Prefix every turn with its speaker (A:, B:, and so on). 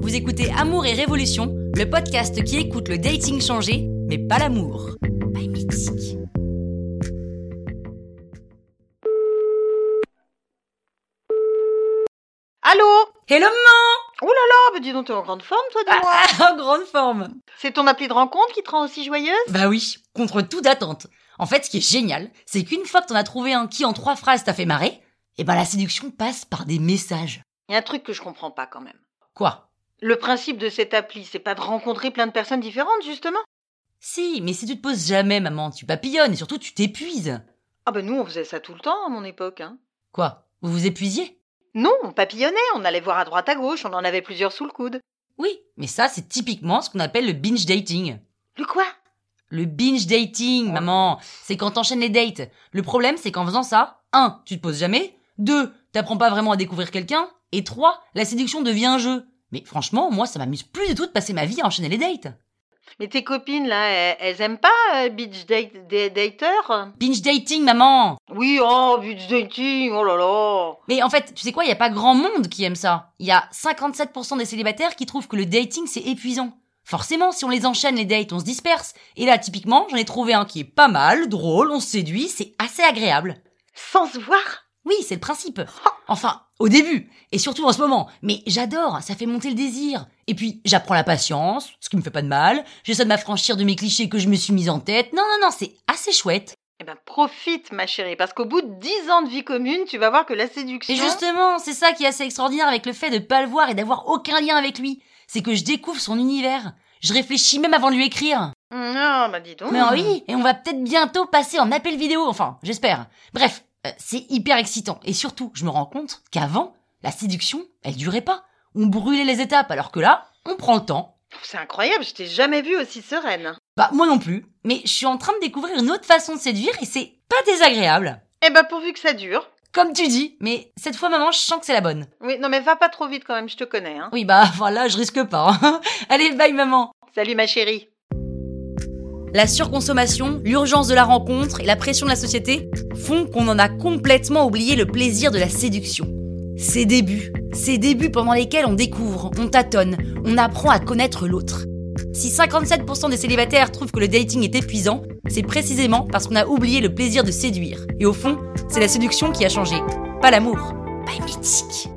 A: Vous écoutez Amour et Révolution, le podcast qui écoute le dating changé, mais pas l'amour. By Mythique.
B: Allô
A: Hello maman
B: Oh là là, bah dis donc, t'es en grande forme, toi, dis-moi.
A: Ah, En grande forme
B: C'est ton appli de rencontre qui te rend aussi joyeuse
A: Bah oui, contre toute attente. En fait, ce qui est génial, c'est qu'une fois que t'en as trouvé un qui en trois phrases t'a fait marrer, eh ben la séduction passe par des messages.
B: Il y a un truc que je comprends pas quand même.
A: Quoi
B: Le principe de cette appli, c'est pas de rencontrer plein de personnes différentes, justement
A: Si, mais si tu te poses jamais, maman, tu papillonnes et surtout tu t'épuises.
B: Ah bah nous, on faisait ça tout le temps à mon époque. Hein.
A: Quoi Vous vous épuisiez
B: Non, on papillonnait, on allait voir à droite à gauche, on en avait plusieurs sous le coude.
A: Oui, mais ça, c'est typiquement ce qu'on appelle le binge dating.
B: Le quoi
A: Le binge dating, maman, c'est quand t'enchaînes les dates. Le problème, c'est qu'en faisant ça, 1. Tu te poses jamais. 2. T'apprends pas vraiment à découvrir quelqu'un. Et 3. La séduction devient un jeu. Mais franchement, moi, ça m'amuse plus du tout de passer ma vie à enchaîner les dates.
B: Mais tes copines, là, elles, elles aiment pas euh, beach date, des dateurs
A: Binge dating, maman
B: Oui, oh, beach dating, oh là là
A: Mais en fait, tu sais quoi, il y a pas grand monde qui aime ça. Il y a 57% des célibataires qui trouvent que le dating, c'est épuisant. Forcément, si on les enchaîne les dates, on se disperse. Et là, typiquement, j'en ai trouvé un qui est pas mal, drôle, on se séduit, c'est assez agréable.
B: Sans se voir
A: Oui, c'est le principe. Enfin, au début, et surtout en ce moment. Mais j'adore, ça fait monter le désir. Et puis, j'apprends la patience, ce qui me fait pas de mal. J'essaie de m'affranchir de mes clichés que je me suis mise en tête. Non, non, non, c'est assez chouette.
B: Eh ben, profite, ma chérie, parce qu'au bout de 10 ans de vie commune, tu vas voir que la séduction...
A: Et justement, c'est ça qui est assez extraordinaire avec le fait de pas le voir et d'avoir aucun lien avec lui. C'est que je découvre son univers. Je réfléchis même avant de lui écrire.
B: Non, bah dis donc
A: Mais oui, et on va peut-être bientôt passer en appel vidéo, enfin, j'espère. Bref, euh, c'est hyper excitant. Et surtout, je me rends compte qu'avant, la séduction, elle durait pas. On brûlait les étapes, alors que là, on prend le temps.
B: C'est incroyable, je t'ai jamais vue aussi sereine.
A: Bah, moi non plus. Mais je suis en train de découvrir une autre façon de séduire et c'est pas désagréable.
B: Eh ben pourvu que ça dure.
A: Comme tu dis, mais cette fois, maman, je sens que c'est la bonne.
B: Oui, non mais va pas trop vite quand même, je te connais. Hein.
A: Oui, bah, voilà, je risque pas. hein. Allez, bye, maman.
B: Salut ma chérie.
A: La surconsommation, l'urgence de la rencontre et la pression de la société font qu'on en a complètement oublié le plaisir de la séduction. Ses débuts, ces débuts pendant lesquels on découvre, on tâtonne, on apprend à connaître l'autre. Si 57% des célibataires trouvent que le dating est épuisant, c'est précisément parce qu'on a oublié le plaisir de séduire. Et au fond, c'est la séduction qui a changé, pas l'amour. Pas mythique.